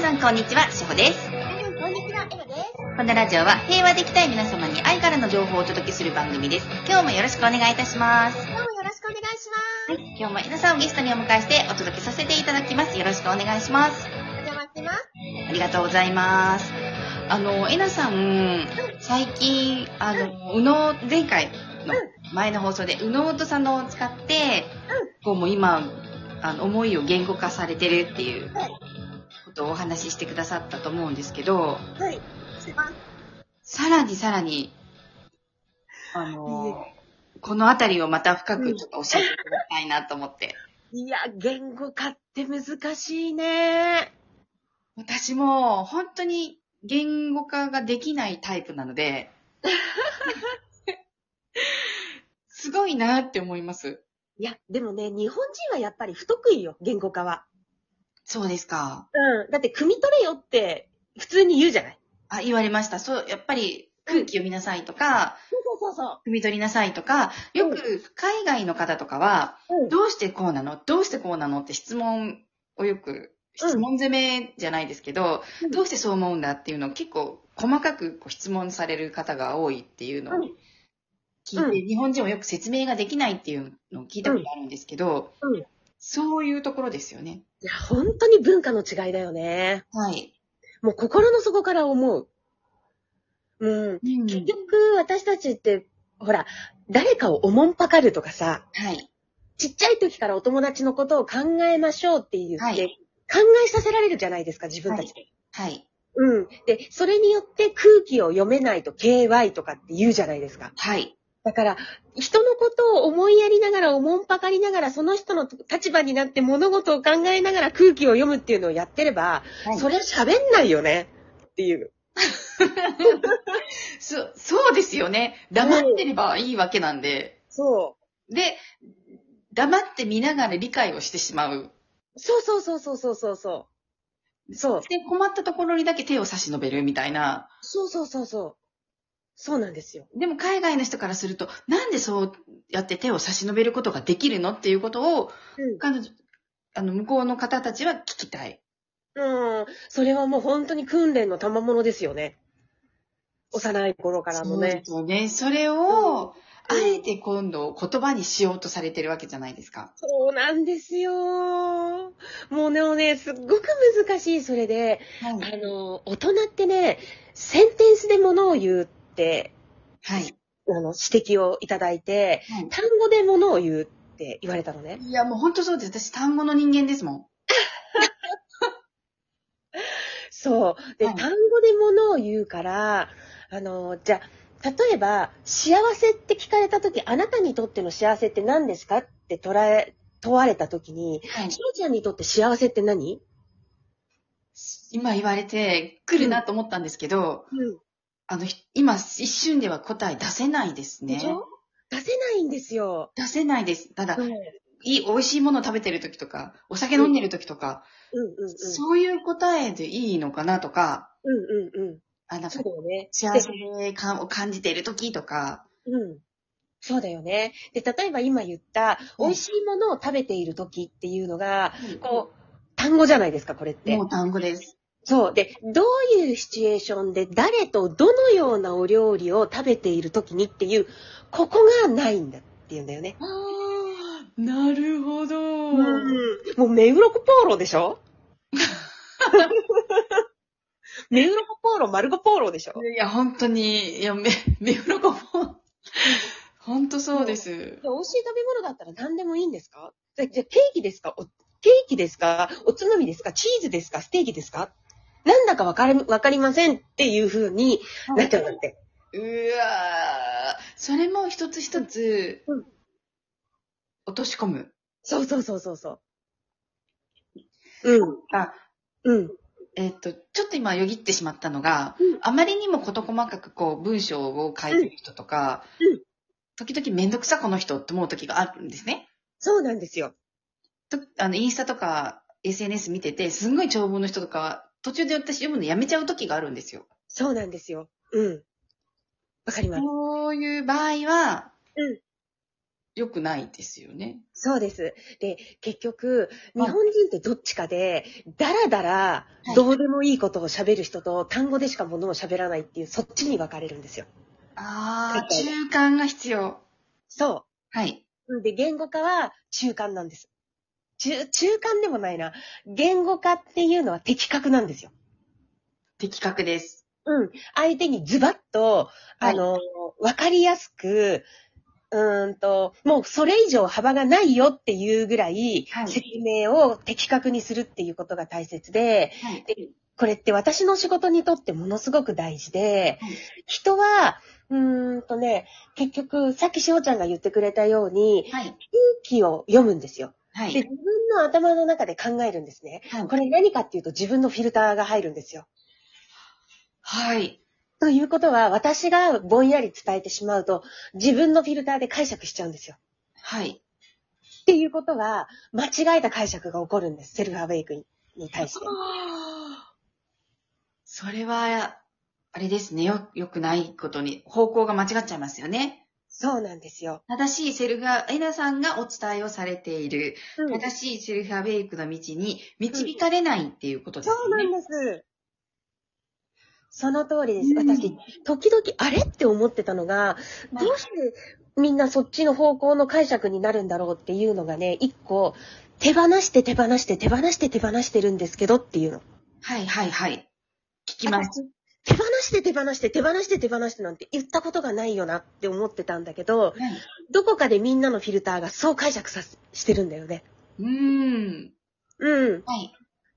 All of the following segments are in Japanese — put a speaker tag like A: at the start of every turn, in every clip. A: さんこんにちは、しほです。
B: 皆さん、こんにちは、エマです。
A: このラジオは平和でいきたい皆様に愛からの情報をお届けする番組です。今日もよろしくお願いいたします。
B: どうもよろしくお願いしま
A: はい。今日も皆さんをゲストにお迎えしてお届けさせていただきます。よろしくお願いします。
B: す。お邪魔してます。
A: ありがとうございます。あの、えなさん、最近、あの、うの、前回の前の放送で、うのうとさんのを使って、こうもう今、あの、思いを言語化されてるっていう
B: はい
A: ことをお話ししてくださったと思うんですけど、
B: はい。してます。
A: さらにさらに、あの、このあたりをまた深くちょっと教えてくださいなと思って。
B: いや、言語化って難しいね。
A: 私も本当に言語化ができないタイプなので、すごいなって思います。
B: いや、でもね、日本人はやっぱり不得意よ、言語化は。
A: そうですか。
B: うん。だって、汲み取れよって、普通に言うじゃない。
A: あ、言われました。そう、やっぱり空気読みなさいとか、
B: そうそうそ
A: 汲み取りなさいとか、よく海外の方とかは、
B: う。うん。
A: どうしてこうなのどうしてこうなのって質問をよく、
B: うん
A: 質問攻めじゃないですけど、
B: うん
A: どうしてそう思うんだっていうのを結構細かくこう質問される方が多いっていうのを
B: うん
A: 聞いて、
B: う
A: 日本人はよく説明ができないっていうのを聞いたことがあるんですけど、
B: うん
A: そういうところですよね。
B: いや、本当に文化の違いだよね。
A: はい。
B: もう心の底から思う。うん。結局、私たちって、ほら、誰かをおもんぱかるとかさ、
A: はい。
B: ちっちゃい時からお友達のことを考えましょうって言って、
A: はい
B: 考えさせられるじゃないですか、自分たちで。
A: はい。
B: うん。で、それによって空気を読めないと KY とかって言うじゃないですか。
A: はい。
B: だから、人のことを思いやりながら、おもんぱかりながら、その人の立場になって物事を考えながら空気を読むっていうのをやってれば、
A: はい
B: それは喋んないよねっていう。
A: そ、そうですよね。黙ってればいいわけなんで。
B: そう。
A: で、黙って見ながら理解をしてしまう。
B: そうそうそうそうそうそうそう。そう。
A: で、困ったところにだけ手を差し伸べるみたいな。
B: そうそうそうそう。そうなんですよ。
A: でも海外の人からすると、なんでそうやって手を差し伸べることができるのっていうことを、
B: うん
A: 彼女、あの、向こうの方たちは聞きたい。
B: うん。それはもう本当に訓練の賜物ですよね。幼い頃からの
A: そう
B: ね
A: で。すよね。それを、あ
B: うん
A: えて今度言葉にしようとされてるわけじゃないですか。
B: そうなんですよ。もうね、もうね、すっごく難しい、それで。
A: は
B: あ。の、大人ってね、センテンスで物を言うって、
A: はい。
B: あの、指摘をいただいて、
A: は
B: 単語で物を言うって言われたのね。
A: い、いや、もう本当そうです。私、単語の人間ですもん。
B: そう。で、
A: はい
B: 単語で物を言うから、あの、じゃあ、例えば、幸せって聞かれたとき、あなたにとっての幸せって何ですかって捉え、問われたときに、
A: はい
B: ひ。ろちゃんにとって幸せって何
A: 今言われて、来るなと思ったんですけど、
B: うん。
A: あの、ひ今、一瞬では答え出せないですね
B: でし。ょ出せないんですよ。
A: 出せないです。ただ、
B: うん。うん
A: いい、美味しいものを食べてる時とか、お酒飲んでる時とか、
B: うんうん。
A: そういう答えでいいのかなとか、
B: うんうんうん。
A: あ、なん
B: そ
A: か
B: う、だよね。
A: 幸せでかを感じている時とか、
B: うん。そうだよね。で、例えば今言った、
A: うん
B: 美味しいものを食べているときっていうのが、
A: こ
B: こう、単語じゃないですか、これっ
A: う、
B: て
A: も。う単語です。
B: そう。で、どういうシチュエーションで誰とどのようなお料理を食べている時にっていう、ここがないんだっていうんだよね。
A: ああ、なるほど。
B: もう目黒コポーロでしょ目黒コポーロ、丸コポーロでしょ
A: いや、本当に、いや、め、 目黒子も、本当そうです。
B: 美味しい食べ物だったら何でもいいんですかじゃじゃケーキですかおケーキですかおつまみですかチーズですかステーキですかなんだかわかり、わかりませんっていう風になっちゃうんだって。
A: うわーそれも一つ一つ
B: うん、
A: 落とし込む。
B: そうそうそうそうそう。うん。
A: あ、
B: うん。
A: えっ、と、ちょっと今よぎってしまったのが、
B: うん
A: あまりにも事細かくこう文章を書いてる人とか、
B: うんうん
A: 時々めんどくさこの人って思う時があるんですね。
B: そうなんですよ。
A: とあの、インスタとか SNS 見てて、すんごい長文の人とか、途中で私読むのやめちゃう時があるんですよ。
B: そうなんですよ。うん。わかります。
A: そういう場合は、
B: うん
A: 良くないですよね。
B: そうです。で、結局、
A: は
B: 日
A: い
B: 本人ってどっちかで、だらだら
A: い、
B: どうでもいいことを喋る人と、単語でしかものを喋らないっていう、そっちに分かれるんですよ。
A: ああ、
B: はい
A: 中間が必要。
B: そ
A: はい。
B: う。で、言語化は中間なんです。中、中間でもないな。言語化っていうのは的確なんですよ。
A: 的確です。
B: うん。相手にズバッと、
A: は
B: あ
A: い
B: の、わ、かりやすく、うーんと、もうそれ以上幅がないよっていうぐらい
A: は、い
B: 説明を的確にするっていうことが大切で、
A: はい。
B: これって私の仕事にとってものすごく大事で
A: はい、
B: 人は、うーんとね、結局、さっきしおちゃんが言ってくれたように、
A: はい。
B: 空気を読むんですよ。
A: は
B: で、
A: い。
B: 自分の頭の中で考えるんですね。
A: はい
B: これ何かっていうと自分のフィルターが入るんですよ。
A: はい。
B: ということは、私がぼんやり伝えてしまうと、自分のフィルターで解釈しちゃうんですよ。
A: はい。
B: っていうことは、間違えた解釈が起こるんです。セルフアウェイクにに対して。
A: それは、あれですね。よ、良くないことに、方向が間違っちゃいますよね。
B: そうなんですよ。
A: 正しいセルフが、エナさんがお伝えをされている、
B: うん
A: 正しいセルフアウェイクの道に導かれないっていうことです
B: そう
A: よ
B: な
A: ね。
B: んです。その通りです。
A: うん
B: 私、時々あれって思ってたのが、
A: まあ
B: どうしてみんなそっちの方向の解釈になるんだろうっていうのがね、一個、手放して手放して手放して手放してるんですけどっていうの。
A: はい、はい、はい。聞きます。
B: 手放して手放して手放して手放してなんて言ったことがないよなって思ってたんだけど、
A: はい。
B: どこかでみんなのフィルターがそう解釈させ、してるんだよね。
A: うーん。
B: うん。
A: はい。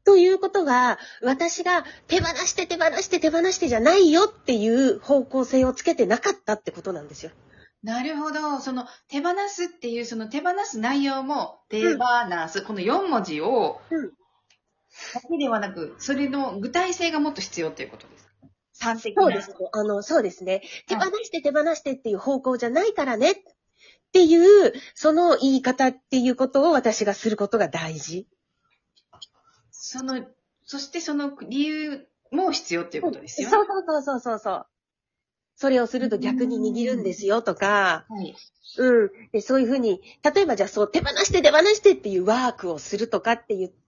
B: ということは、私が手放して手放して手放してじゃないよっていう方向性をつけてなかったってことなんですよ。
A: なるほど。その手放すっていう、その手放す内容も、手放す、この4文字を、
B: うん
A: だけではなく、それの具体性がもっと必要っていうことですか三的な。
B: そうです。。あの、そうですね。手
A: は
B: 放
A: い
B: して手放してっていう方向じゃないからねっていう、その言い方っていうことを私がすることが大事。
A: その、そしてその理由も必要っていうことですよ。
B: そうそうそうそうそう。それをすると逆に握るんですよとか、
A: はい。
B: うん。で、そういうふうに、例えばじゃあそう手放して手放してっていうワークをするとかって言って、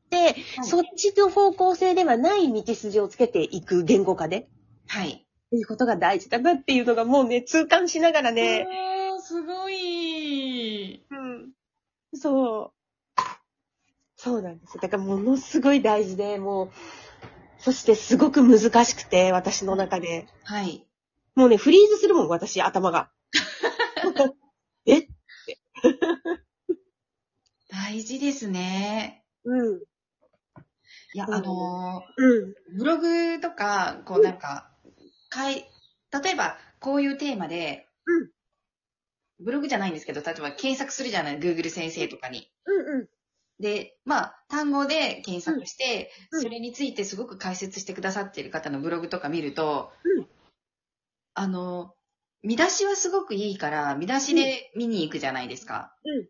B: そっちの方向性ではない道筋をつけていく言語化ね。
A: はい。
B: っていうことが大事だなっていうのがもうね、痛感しながらね。
A: あーすごい。
B: うん。そう。そうなんですよ。だからものすごい大事で、もう、そしてすごく難しくて、私の中で。
A: はい。
B: もうね、フリーズするもん、私、頭が。
A: 大事ですね。
B: うん。
A: いや、
B: うん
A: あのー
B: うん。
A: ブログとか、こうなんか、かい、例えばこういうテーマで、
B: うん
A: ブログじゃないんですけど、例えば検索するじゃない、Google 先生とかに。
B: うんうん。
A: で、まあ、単語で検索して、
B: うんうん
A: それについてすごく解説してくださっている方のブログとか見ると、
B: うん
A: あの、見出しはすごくいいから、見出しで見に行くじゃないですか。
B: うん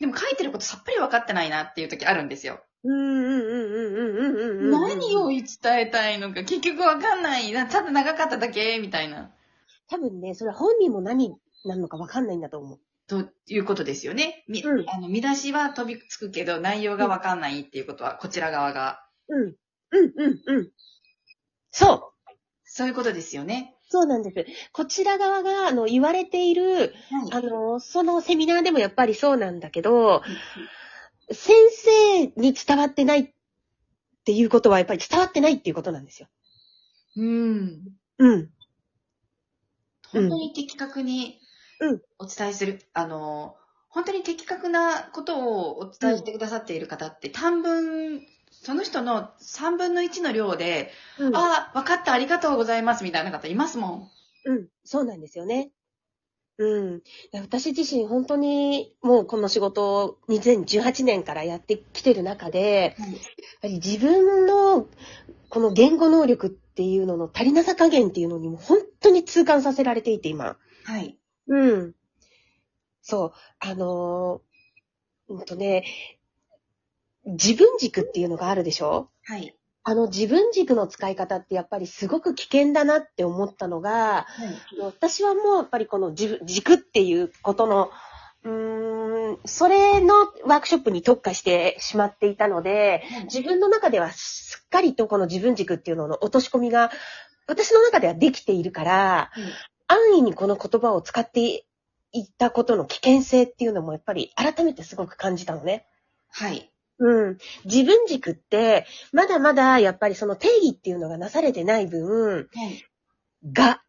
A: でも書いてることさっぱり分かってないなっていう時あるんですよ。
B: うんうんうんうんうんうんうん。
A: 何を伝えたいのか結局わかんないな。ただ長かっただけみたいな。
B: 多分ね、それは本人も何なのかわかんないんだと思う。
A: ということですよね。み
B: うん
A: あの見出しは飛びつくけど内容がわかんないっていうことはこちら側が。
B: うん。うんうんうん。そう。
A: そういうことですよね。
B: そうなんです。こちら側が、あの、言われている、あ
A: はい。
B: の、そのセミナーでもやっぱりそうなんだけど、先生に伝わってないっていうことは、やっぱり伝わってないっていうことなんですよ。
A: うん。
B: うん。
A: 本当に的確に
B: うん
A: お伝えする。あの、本当に的確なことをお伝えしてくださっている方って短文、その人の3分の1の量で、
B: うん、
A: ああ、わかった、ありがとうございますみたいな方いますもん。
B: うん。そうなんですよね。うん。私自身、本当に、もうこの仕事を2018年からやってきてる中で、
A: はい
B: やっぱり自分の、この言語能力っていうのの足りなさ加減っていうのにも本当に痛感させられていて、今。
A: はい。
B: うん。そう。あのー、うんとね、自分軸っていうのがあるでしょ
A: はい。
B: あの自分軸の使い方ってやっぱりすごく危険だなって思ったのが、
A: はい。
B: 私はもうやっぱりこの自分軸っていうことのうーん、それのワークショップに特化してしまっていたので、自分の中ではすっかりとこの自分軸っていうのの落とし込みが、私の中ではできているから、
A: うん
B: 安易にこの言葉を使っていったことの危険性っていうのもやっぱり改めてすごく感じたのね。
A: はい。
B: うん。自分軸って、まだまだやっぱりその定義っていうのがなされてない分、
A: はい。
B: が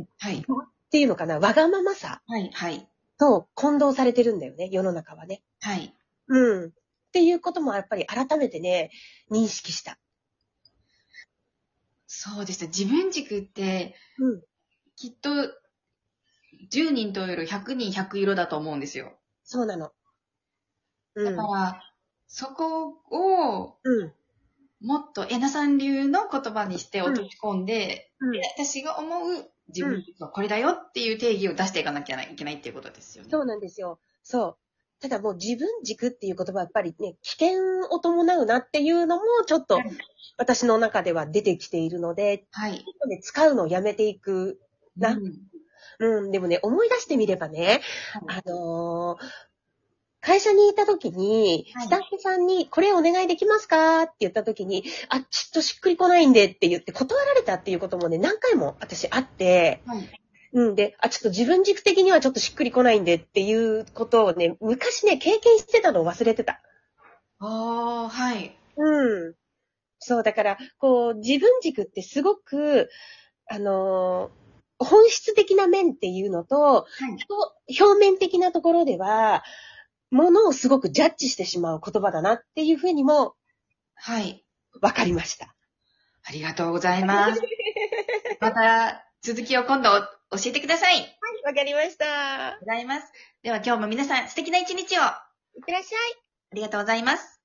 B: っ
A: はい。
B: ていうのかな、わがままさ
A: はい。はい。
B: と混同されてるんだよね、世の中はね。
A: はい。
B: うん。っていうこともやっぱり改めてね、認識した。
A: そうですね。自分軸って、
B: うん。
A: きっと、10人とよる100人100色だと思うんですよ。
B: そうなの。う
A: だ
B: ん
A: か。ら、そこを、
B: うん。
A: もっと、えなさん流の言葉にして落とし込んで、
B: うん
A: 私が思う自分軸はこれだよっていう定義を出していかなきゃいけないっていうことですよね。
B: そうなんですよ。そう。ただもう自分軸っていう言葉はやっぱりね、危険を伴うなっていうのもちょっと
A: はい
B: 私の中では出てきているので、
A: はい。
B: ね使うのをやめていく。な
A: うん
B: うん、でもね、思い出してみればね、
A: は
B: あのー会社にいた時に、
A: はい
B: スタッフさんに、これお願いできますかって言った時に、あ、ちょっとしっくりこないんでって言って断られたっていうこともね、何回も私あって、
A: い。はい
B: うんで、あ、ちょっと自分軸的にはちょっとしっくりこないんでっていうことをね、昔ね、経験してたのを忘れてた。
A: あー、はい。
B: うん。そう、だから、こう、自分軸ってすごく、あのー本質的な面っていうのと、
A: はい。
B: 表表面的なところでは、ものをすごくジャッジしてしまう言葉だなっていうふうにも
A: はい。
B: 分かりました。
A: ありがとうござい ます。また、続きを今度教えてください。ありがと
B: わかりました。
A: うございます。では今日も皆さん素敵な一日をあ
B: いってらっしゃい。
A: りがとうございます。